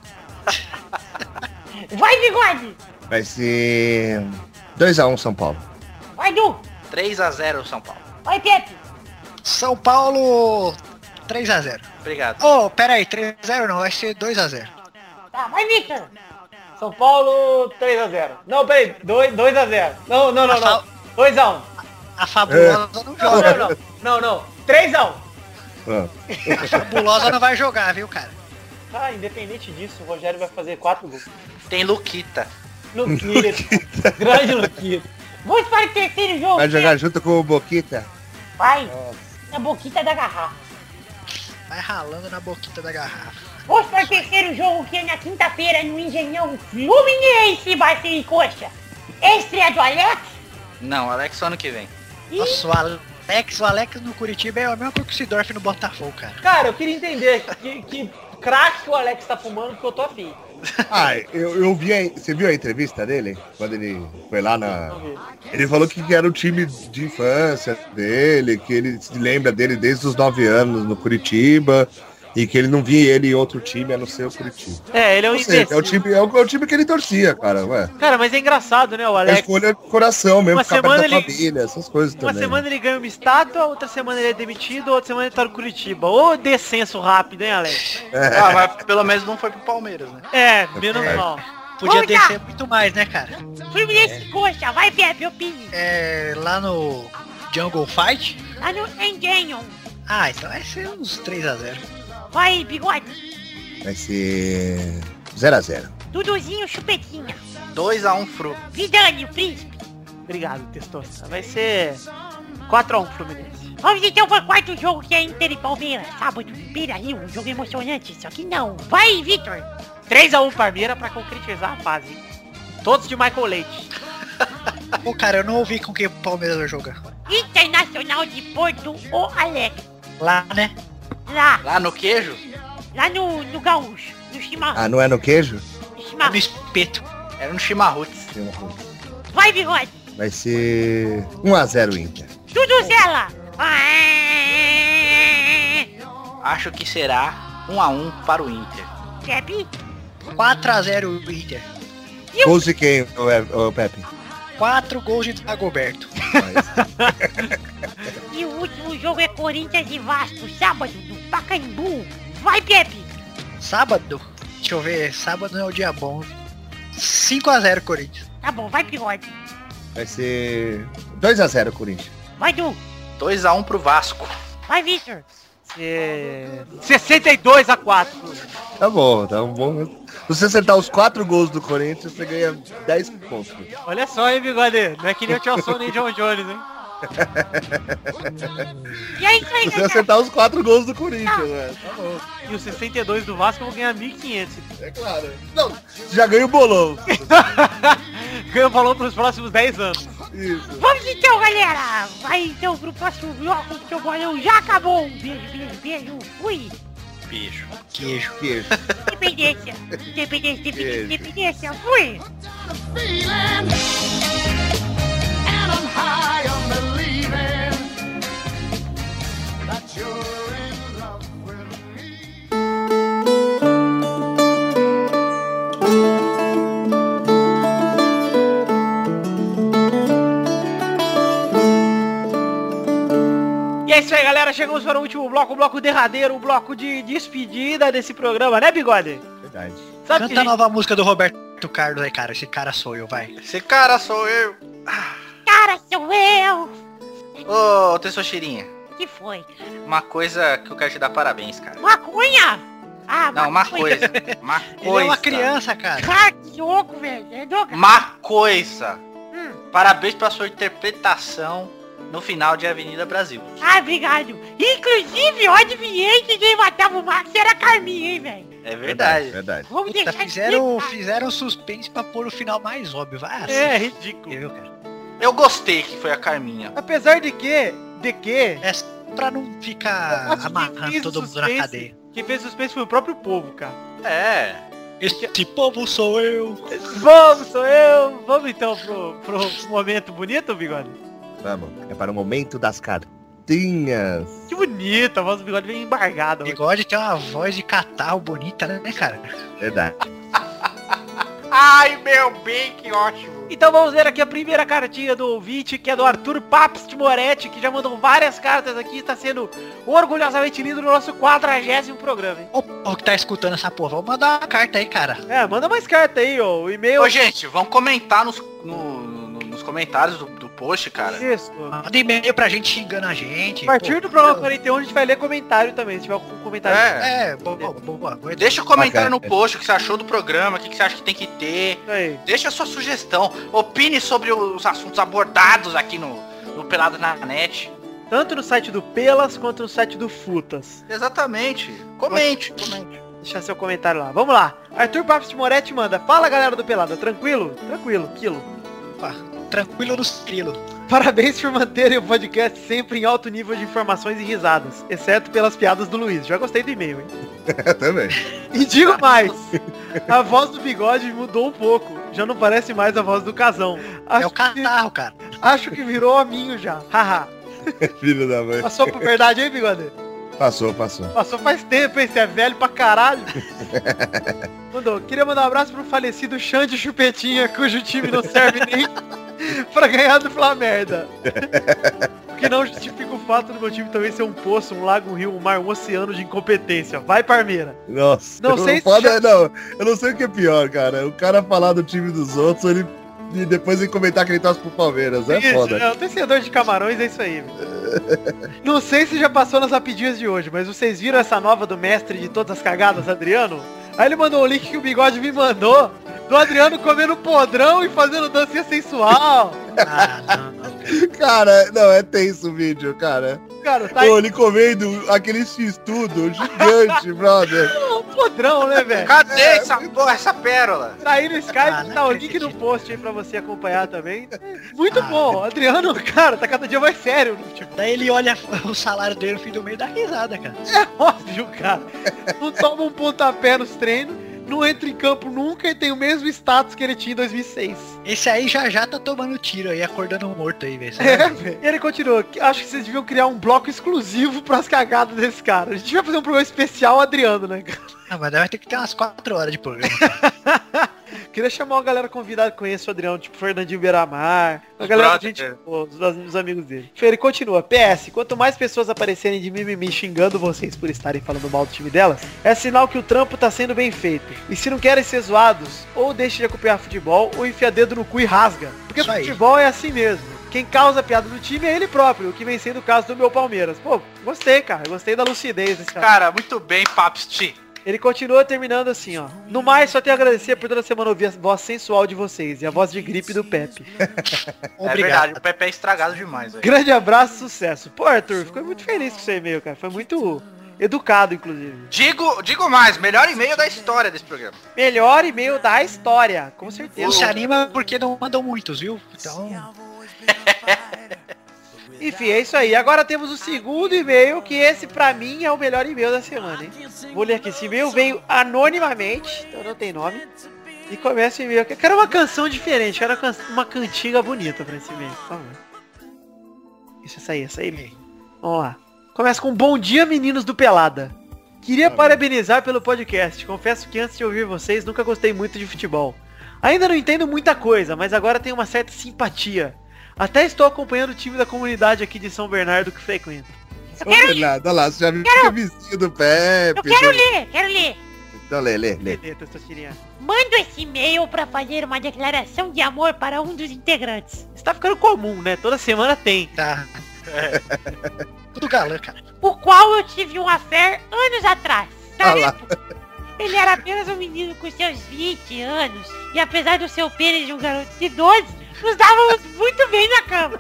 Vai, Bigode.
Vai ser 2x1 São Paulo.
Vai, Du.
3x0 São Paulo.
Vai, Pepe.
São Paulo 3x0.
Obrigado.
Oh, pera aí, 3x0 não, vai ser 2x0.
Tá, vai, Victor.
São Paulo 3x0. Não, peraí, 2x0. Não, não, não, não. 2x1.
A
É.
Fabulosa não
Não,
joga.
não, não. Não, não. 3x1.
Ah,
A Fabulosa não vai jogar, viu, cara?
Ah, independente disso, o Rogério vai fazer 4 gols.
Tem Luquita.
Luquita. Grande Luquita.
Vamos para o terceiro jogo.
Ah, Vai jogar junto com o Boquita.
Vai.
é
Na boquita da garrafa.
Vai ralando na boquita da garrafa.
Vamos para o terceiro jogo, que é na quinta-feira, no Engenhão Fluminense, vai ser em coxa. Estreia do Alex.
Não, Alex só ano que vem.
Nossa, o Alex, o Alex no Curitiba é a mesma coisa que o Sidorf no Botafogo, cara.
Cara, eu queria entender que, que crack que o Alex tá fumando, porque eu tô afim.
Ah, eu, eu vi a, Você viu a entrevista dele? Quando ele foi lá na. Ele falou que era o time de infância dele, que ele se lembra dele desde os 9 anos no Curitiba. E que ele não via ele em outro time a não ser o Curitiba.
É, ele é um
Ou seja, é o
imbecil.
time, é o, é o time que ele torcia, cara. Ué.
Cara, mas é engraçado, né, o
É
Alex?
escolha do coração mesmo,
Uma
ficar perto
semana
da
ele-
família, essas coisas
Uma
também. né?
semana ele ganha uma estátua, outra semana ele é demitido, outra semana ele tá no Curitiba. Ô descenso rápido, hein, Alex?
Ah, mas pelo menos não foi pro Palmeiras, né?
É, menos mal.
Podia
Olha!
descer muito mais, né, cara?
Fluminense em coxa. Vai, Pepe, opine.
É, lá no Jungle Fight.
Lá Tá no Engenhão.
Ah, então vai ser uns 3x0.
Vai, Bigode.
Vai ser 0x0.
Duduzinho, chupetinha.
2x1 Fru.
Vidani, o príncipe.
Obrigado, Testosta. Vai ser 4x1 Fluminense.
Vamos então para o quarto jogo, que é Inter e Palmeiras. Tá Sábado, Beira Rio. Um jogo emocionante, só que não. Vai, Victor.
3x1 Palmeira um pra concretizar a fase. Todos de Michael Leite.
Pô, cara, eu não ouvi com quem o Palmeiras vai jogar.
Internacional de Porto, o Alex.
Lá, né?
Lá,
Lá no queijo?
lá no, no Gaúcho. No chimarrão.
Ah, não é no queijo?
no
Ah, No
chimarrão.
espeto.
Era no Chimarruts.
Vai, Bigode.
Vai ser 1x0 Inter.
Tudo Zela. É, Ah,
Acho que será 1x1 para o Inter.
Pepe.
4x0 o Inter.
Gols de quem, ô, é, ô, Pepe?
4 gols de Dagoberto.
E o último jogo é Corinthians e Vasco. Sábado, no Pacaembu. Vai, Pepe.
Sábado? Deixa eu ver, sábado é o dia bom. 5x0 Corinthians.
Tá bom, vai, Bigode.
Vai ser 2x0 Corinthians.
Vai, Du.
2x1 pro Vasco.
Vai, Victor.
É, 62x4.
Tá bom, tá um bom. Se você acertar os quatro gols do Corinthians, você ganha 10 pontos.
Olha só, hein, bigode? Não é que nem o Chelsea nem John Jones, hein?
E aí,
Se você
Cleiton?
acertar os quatro gols do Corinthians, né? Tá bom.
E o 62 do Vasco eu vou ganhar 1.500.
É claro. Não, você já ganha o bolão.
Ganho valor pros próximos 10 anos.
Isso.
Vamos então, galera. Vai então pro próximo bloco, porque o bolão já acabou. Um Beijo, beijo, beijo. Fui.
Beijo.
Queijo.
Queijo.
Independência. Independência, independência, independência. Fui.
E é isso aí, galera. Chegamos para o último bloco, o bloco derradeiro, o bloco de despedida desse programa, né, bigode?
Verdade.
Sabe que
Canta a nova música do Roberto Carlos aí, cara. Esse cara sou eu, vai.
Esse cara sou eu.
Cara, sou eu.
Ô, Tessoxirinha,
Que foi?
uma coisa que eu quero te dar parabéns, cara.
Maconha? Ah,
Não, uma coisa. Uma coisa.
Ele é
tá.
uma criança, cara.
Cara, que louco, velho. É droga.
Uma coisa. Parabéns pela sua interpretação no final de Avenida Brasil.
Ah, obrigado. Inclusive, eu adivinhei que quem matava o Max era a Carminha, hein, velho.
É verdade.
Verdade.
Vamos
Puta,
deixar de
fizeram, um
brincar.
fizeram suspense pra pôr o final mais óbvio. Vai
É,
assistir,
ridículo.
viu, cara?
Eu gostei que foi a Carminha.
Apesar de que, de que,
É só pra não
Eu acho
ficar
que
amarrando
fez
todo mundo na
suspense.
cadeia.
quem fez suspense foi o próprio povo, cara.
É.
Esse povo sou eu.
Vamos, sou eu. Vamos então pro, pro momento bonito, Bigode.
Vamos. É para o momento das cartinhas.
Que bonito, a voz do Bigode vem embargada. hoje.
Bigode tem uma voz de catarro bonita, né, cara?
Verdade.
Ai, meu bem, que ótimo.
Então vamos ler aqui a primeira cartinha do ouvinte, que é do Arthur Papst Moretti, que já mandou várias cartas aqui e está sendo orgulhosamente lido no nosso quadragésimo programa, hein?
Ô, povo que tá escutando essa porra, vou mandar uma carta aí, cara.
É, manda mais cartas aí, ó. O e-mail é
Ô, gente, vão comentar nos, no- no- nos comentários do, do post, cara.
Isso.
Manda e-mail pra gente xingando a gente.
A partir
Ah, pô.
do programa 41 a gente vai ler comentário também, se tiver algum comentário.
É.
É, boa, boa, boa. boa.
Deixa o comentário no post o que você achou do programa, o que que você acha que tem que ter.
Isso aí.
Deixa a sua sugestão. Opine sobre os assuntos abordados aqui no, no Pelado na Net.
Tanto no site do Pelas quanto no site do Futas.
Exatamente. Comente. comente.
Deixar seu comentário lá. Vamos lá. Arthur Papst Moretti manda. Fala galera do Pelada, tranquilo? Tranquilo, quilo.
Opa, Tranquilo nos trilos.
Parabéns por manterem o podcast sempre em alto nível de informações e risadas, exceto pelas piadas do Luiz. Já gostei do e-mail, hein?
Eu também.
E digo mais, a voz do bigode mudou um pouco. Já não parece mais a voz do casão. Acho,
É o
que,
catarro, cara.
acho que virou aminho já. Haha.
Filho da mãe.
Passou por verdade, hein, bigode?
Passou, passou.
Passou faz tempo, hein? Você é velho pra caralho. Mandou. Queria mandar um abraço pro falecido Xande Chupetinha, cujo time não serve nem pra ganhar do Flamerda. O que não justifica o fato do meu time também ser um poço, um lago, um rio, um mar, um oceano de incompetência. Vai, Parmeira.
Nossa.
Não
eu
sei se
foda-
já-
não, eu não sei o que é pior, cara. O cara falar do time dos outros, ele. E depois ele comentar que ele torce pro Palmeiras. É
Isso,
foda.
é, o tecedor de camarões é isso aí. velho. Não sei se já passou nas rapidinhas de hoje, mas vocês viram essa nova do mestre de todas as cagadas, Adriano? Aí ele mandou o link que o bigode me mandou do Adriano comendo podrão e fazendo dancinha sensual.
Ah, não, não.
Cara, não, é tenso o vídeo, cara.
Cara, tá aí
Pô, ele comendo aquele x-tudo gigante, brother.
um podrão, né, velho?
Cadê essa porra, essa pérola?
Tá aí no
Ah,
Skype,
não
tá o link no
acredito.
post aí pra você acompanhar também. É Muito
Ah,
bom, o Adriano, cara, tá cada dia mais sério. Tipo,
Daí ele olha o salário dele no fim do mês e dá risada, cara.
É óbvio, cara. Não toma um pontapé nos treinos, não entra em campo nunca e tem o mesmo status que ele tinha em 2006.
Esse aí já já tá tomando tiro aí, acordando morto aí, velho.
É, velho. E ele continua. "Que- Acho que vocês deviam criar um bloco exclusivo pras cagadas desse cara. A gente vai fazer um programa especial Adriano, né? cara?
Ah, mas daí vai ter que ter umas 4 horas de programa.
Queria chamar uma galera convidada que conhece o Adriano, tipo Fernandinho Beiramar. A galera
brother,
gente,
é.
pô, os, os amigos dele. Ele continua. PS, quanto mais pessoas aparecerem de mimimi xingando vocês por estarem falando mal do time delas, é sinal que o trampo tá sendo bem feito. E se não querem ser zoados, ou deixem de acompanhar futebol, ou enfia dedo no cu e rasga. Porque
Isso aí.
futebol é assim mesmo. Quem causa piada no time é ele próprio, o que vem sendo o caso do meu Palmeiras. Pô, gostei, cara. Gostei da lucidez desse cara.
Cara, muito bem, Papst.
Ele continua terminando assim, ó. No mais, só tenho a agradecer por toda semana ouvir a voz sensual de vocês e a voz de gripe do Pepe.
É verdade, o Pepe é estragado demais, velho.
Grande abraço, sucesso. Pô, Arthur, ficou muito feliz com o seu e-mail, cara. Foi muito educado, inclusive.
Digo, digo mais, melhor e-mail da história desse programa.
Melhor e-mail da história, com
Não se
certeza.
anima porque não mandam muitos, viu? Então,
Enfim, é isso aí. Agora temos o segundo e-mail, que esse pra mim é o melhor e-mail da semana, hein? Vou ler aqui. Esse e-mail veio anonimamente, então não tem nome. E começa o e-mail. aqui. Eu Quero uma canção diferente, quero uma can- uma cantiga bonita pra esse e-mail, por favor. Isso, essa aí, essa aí mesmo. Vamos lá. Começa com Bom dia, meninos do Pelada. Queria parabenizar pelo podcast. Confesso que antes de ouvir vocês, nunca gostei muito de futebol. Ainda não entendo muita coisa, mas agora tenho uma certa simpatia. Até estou acompanhando o time da comunidade aqui de São Bernardo que frequento.
Ô, Bernardo, olha lá, você já viu a camisinha do Pepe.
Eu quero
do-
ler, quero ler.
Então lê, lê, lê.
Beleza, Tostirinha.
Mando esse e-mail pra fazer uma declaração de amor para um dos integrantes.
Isso tá ficando comum, né? Toda semana tem.
tá. Tudo galã, cara.
o qual eu tive um affair anos atrás. Na
Ah lá.
época, ele era apenas um menino com seus 20 anos e apesar do seu pênis de um garoto de 12, nos dávamos muito bem na cama.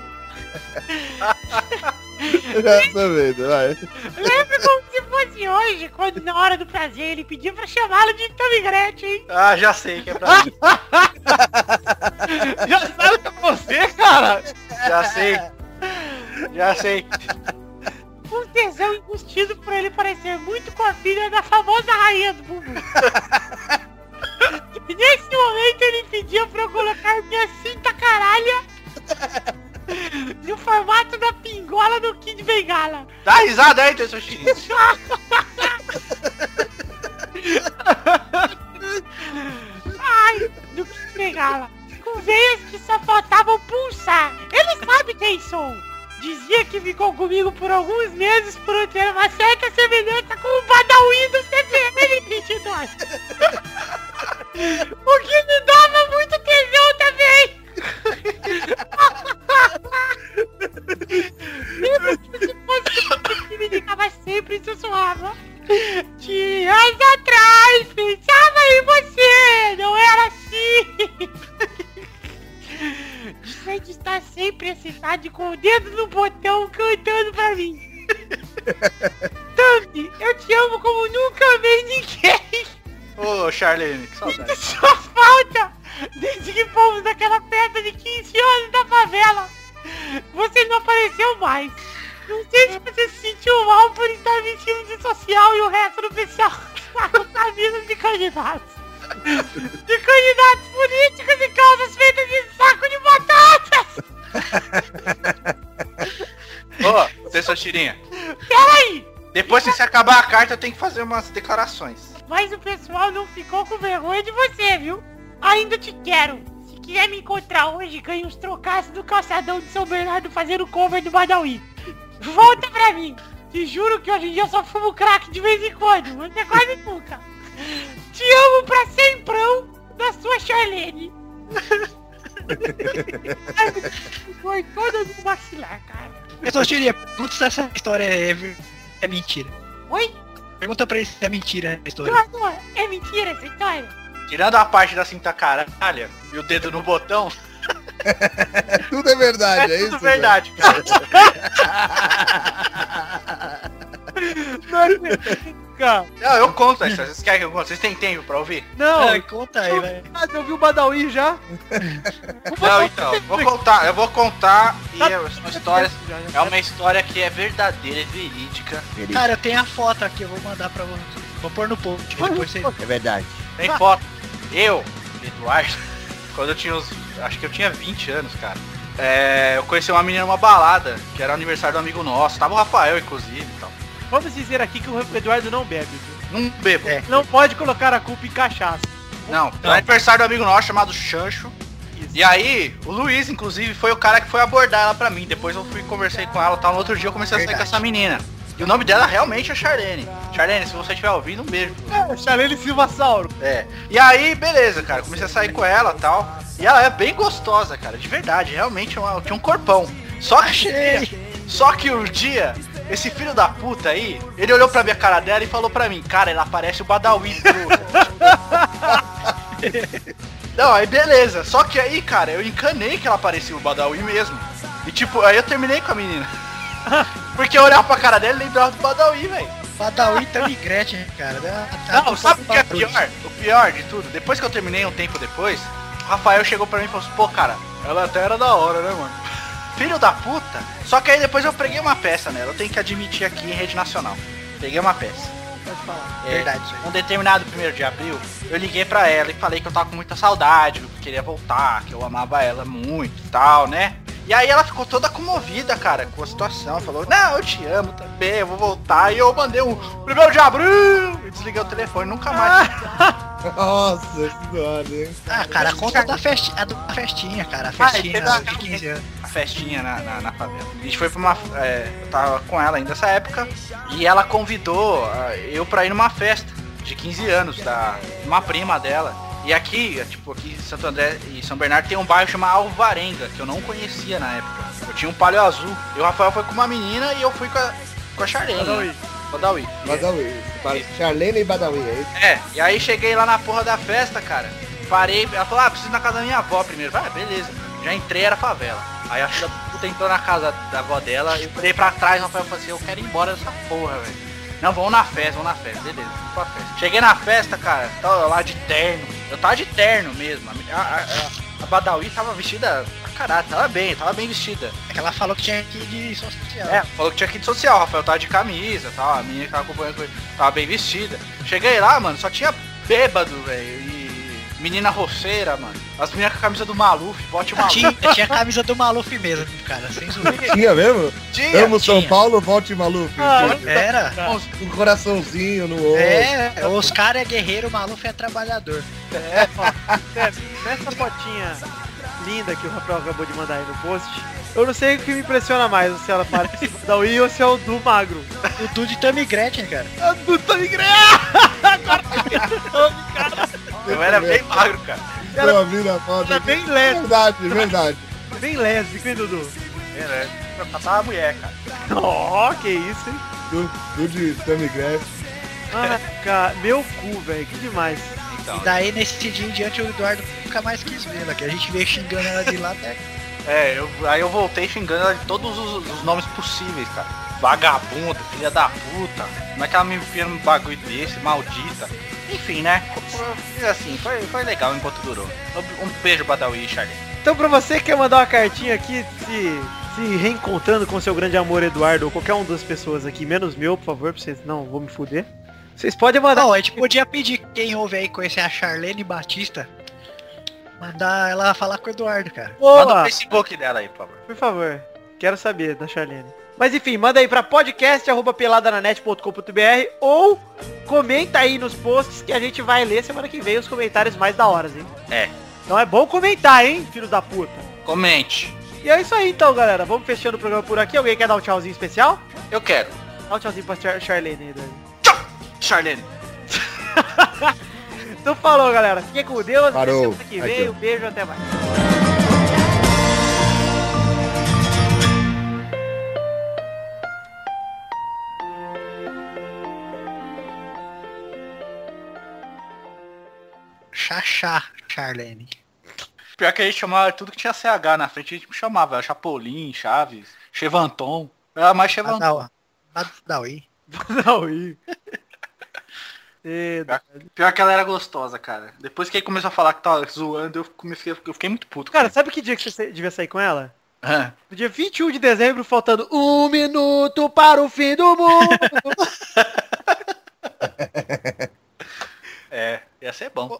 Exatamente, Tá vai.
Lembra como se fosse hoje, quando na hora do prazer ele pediu pra chamá-lo de Tom e Gretchen, hein?
Ah, já sei que é pra mim.
Já sabe que é você, cara!
Já sei. Já sei.
Um tesão embustido por ele parecer muito com a filha da famosa rainha do bumbum. E Nesse momento ele pediu pra eu colocar minha cinta caralha no formato da pingola do Kid Bengala.
Dá risada aí, teu sushi.
Ai, do Kid Bengala. Com veias que só faltavam pulsar. Ele sabe quem sou. Dizia que ficou comigo por alguns meses por eu ter uma certa semelhança com o Badawi do CPM 22. O que me dava muito tesão também! Mesmo que se fosse que me ligava sempre e sussurrava. Dias atrás pensava em você, não era assim! Dizer de estar sempre excitado com o dedo no botão cantando pra mim. Thumb, eu te amo como nunca amei ninguém!
Ô, Charlene, que saudade.
Só falta desde que fomos naquela festa de 15 anos da favela. Você não apareceu mais. Não sei se você se sentiu mal por estar vestido de social e o resto do pessoal está com camisa de candidatos. De candidatos políticos e causas feitas de saco de batatas.
Ô, teu sushirinha.
Peraí,
Depois que se acabar a carta, eu tenho que fazer umas declarações.
mas o pessoal não ficou com vergonha de você, viu? Ainda te quero. Se quiser me encontrar hoje, ganha uns trocaços do calçadão de São Bernardo fazendo cover do Badawi. Volta pra mim. Te juro que hoje em dia eu só fumo crack de vez em quando, mas é quase nunca. Te amo pra semprão da sua Charlene. Foi toda no maxilar, cara.
Eu só diria, pergunta se essa história é, ver- é mentira.
Oi?
Pergunta pra ele se é mentira a história.
Cláudio, é mentira essa história?
Tirando a parte da cinta caralha e o dedo no botão,
Tudo é verdade, é,
é
isso?
tudo
velho?
verdade, cara.
é Cara,
Não, eu conto essa. Vocês querem que eu conte? Vocês têm tempo pra ouvir?
não,
Ah, conta aí, velho.
ah, você ouviu o Badawi já?
Não, então. Vou contar. Eu vou contar e é uma história...
Já, já.
É uma história que é verdadeira, é verídica.
Cara, eu tenho a foto aqui, eu vou mandar pra você. Vou pôr no post, depois você...
É verdade.
Tem foto. Tá. Eu, Eduardo, quando eu tinha uns. Acho que eu tinha 20 anos, cara. é, eu conheci uma menina numa balada, que era aniversário de um amigo nosso. Tava o Rafael, inclusive, e tal.
Vamos dizer aqui que o Eduardo não bebe. viu?
Não bebo.
É.
Não pode colocar a culpa em cachaça.
Não. Era aniversário do amigo nosso chamado Chancho.
Isso.
E aí, o Luiz, inclusive, foi o cara que foi abordar ela pra mim. Depois eu fui conversei com ela e tal. No outro dia eu comecei a sair com essa menina. E o nome dela realmente é Charlene. Charlene, se você estiver ouvindo, um beijo.
Charlene Silva Sauro.
É. E aí, beleza, cara. Comecei a sair com ela e tal. E ela é bem gostosa, cara. De verdade. Realmente é uma, tinha um corpão. Só que. Só que um dia, esse filho da puta aí, ele olhou pra minha cara dela e falou pra mim, cara, ela parece o Badawi do- Não, aí beleza. Só que aí, cara, eu encanei que ela parecia o Badawi mesmo. E tipo, aí eu terminei com a menina. Porque eu olhava pra cara dela e lembrava do Badawi, velho.
Badawi, Tami Gretchen, cara. né? Tá-
Não, sabe o que é pior? O pior de tudo, depois que eu terminei um tempo depois, o Rafael chegou pra mim e falou assim, pô, cara, ela até era da hora, né, mano? Filho da puta. Só que aí depois eu preguei uma peça nela, eu tenho que admitir aqui em rede nacional. Peguei uma peça. É,
Verdade.
Um determinado primeiro de abril, eu liguei pra ela e falei que eu tava com muita saudade, que eu queria voltar, que eu amava ela muito e tal, né? E aí ela ficou toda comovida, cara, com a situação, falou, não, eu te amo também, eu vou voltar. E eu mandei um primeiro de abril e desliguei o telefone, nunca mais.
Nossa senhora, hein?
Ah, cara, conta da festi... a da festinha, cara. A
Ah,
festinha
ele fez
de
uma-
15 anos.
a festinha na, na, na favela. A gente foi pra uma. é, eu tava com ela ainda nessa época. E ela convidou ah, eu pra ir numa festa de 15 anos, da uma prima dela. E aqui, tipo, aqui em Santo André e São Bernardo tem um bairro chamado Alvarenga, que eu não conhecia na época. Eu tinha um palho azul. E o Rafael foi com uma menina e eu fui com a, com a Charlene. Badawi. Badawi.
Badawi. Ba- Charlene e Badawi, é isso?
É, e aí cheguei lá na porra da festa, cara. Parei, ela falou, ah, preciso ir na casa da minha avó primeiro. Eu Falei, ah, beleza. Já entrei, era favela. Aí a filha da puta entrou na casa da avó dela, eu olhei pra trás, o Rafael falou assim, eu quero ir embora dessa porra, velho. Não, vamos na festa, vamos na festa, beleza, vamos pra festa. Cheguei na festa, cara, tava lá de terno. Eu tava de terno mesmo. A, a, a- a Badawi tava vestida pra caralho, tava bem, tava bem vestida.
É que ela falou que tinha que ir de social.
É, falou que tinha kit social, o Rafael tava de camisa tal, a menina que tava acompanhando com ele tava bem vestida. Cheguei lá, mano, só tinha bêbado, velho, e menina roceira, mano. As meninas com a camisa do Maluf, bote o Maluf.
Tinha, tinha a camisa do Maluf mesmo, cara, sem zoeira.
Tinha mesmo?
Tinha,
Amo São
tinha.
Paulo, volte Maluf.
Era.
uns-
Um coraçãozinho no ombro.
É, os caras é guerreiro, o Maluf é trabalhador.
É, Nessa fotinha linda que o Rafael acabou de mandar aí no post, eu não sei o que me impressiona mais, se ela parece o da Wii ou se é o do magro.
O Du de Tammy Gretchen, cara.
É
Eu era bem magro, cara.
Era, eu abri na foto.
Era bem leve.
né? Verdade, verdade.
Bem lésbico, hein, Dudu?
É, Era, passava né? a mulher, cara.
Ó, que isso, hein?
Do, do de Tammy Graff.
Ah, cara, meu cu, velho, que demais.
Então,
E daí, nesse dia em diante, o Eduardo nunca mais quis ver ela, que a gente veio xingando ela de lá até...
é, eu, aí eu voltei xingando ela de todos os, os nomes possíveis, cara. Vagabunda, filha da puta. Como é que ela me enfia num bagulho desse, maldita? Enfim, né? Fiz assim, foi, foi legal enquanto durou. Um beijo pra Dawi, Charlie.
Então pra você que quer mandar uma cartinha aqui se, se reencontrando com seu grande amor Eduardo ou qualquer uma das pessoas aqui, menos meu, por favor, pra vocês não vou me fuder. Vocês podem mandar.
Não, a gente podia pedir quem ouve aí conhecer a Charlene Batista, mandar ela falar com o Eduardo, cara.
Manda um o
Boa,
Facebook dela aí, por favor.
por favor. Quero saber da Charlene. Mas enfim, manda aí pra podcast@peladananet.com.br ou comenta aí nos posts que a gente vai ler semana que vem os comentários mais da hora, hein?
É.
Então é bom comentar, hein, filhos da puta.
Comente.
E é isso aí então, galera. Vamos fechando o programa por aqui. Alguém quer dar um tchauzinho especial?
Eu quero.
Dá um tchauzinho pra Char Charlene aí, Dani.
Charlene.
Então falou, galera. Fiquem com Deus. até
Parou.
Semana que
Aqui,
vem.
ó.
Um beijo até mais.
Chachá, Charlene.
Pior que a gente chamava tudo que tinha CH na frente, a gente me chamava. Era Chapolin, Chaves, Chevanton. Era mais Chevanton.
Badau- Badawi.
Não, e... E...
Pior que ela era gostosa, cara. Depois que ele começou a falar que tava zoando, eu comecei, eu fiquei muito puto.
Cara, sabe que dia que você sa- devia sair com ela?
Ah.
No dia 21 de dezembro, faltando um minuto para o fim do mundo.
é, ia ser bom.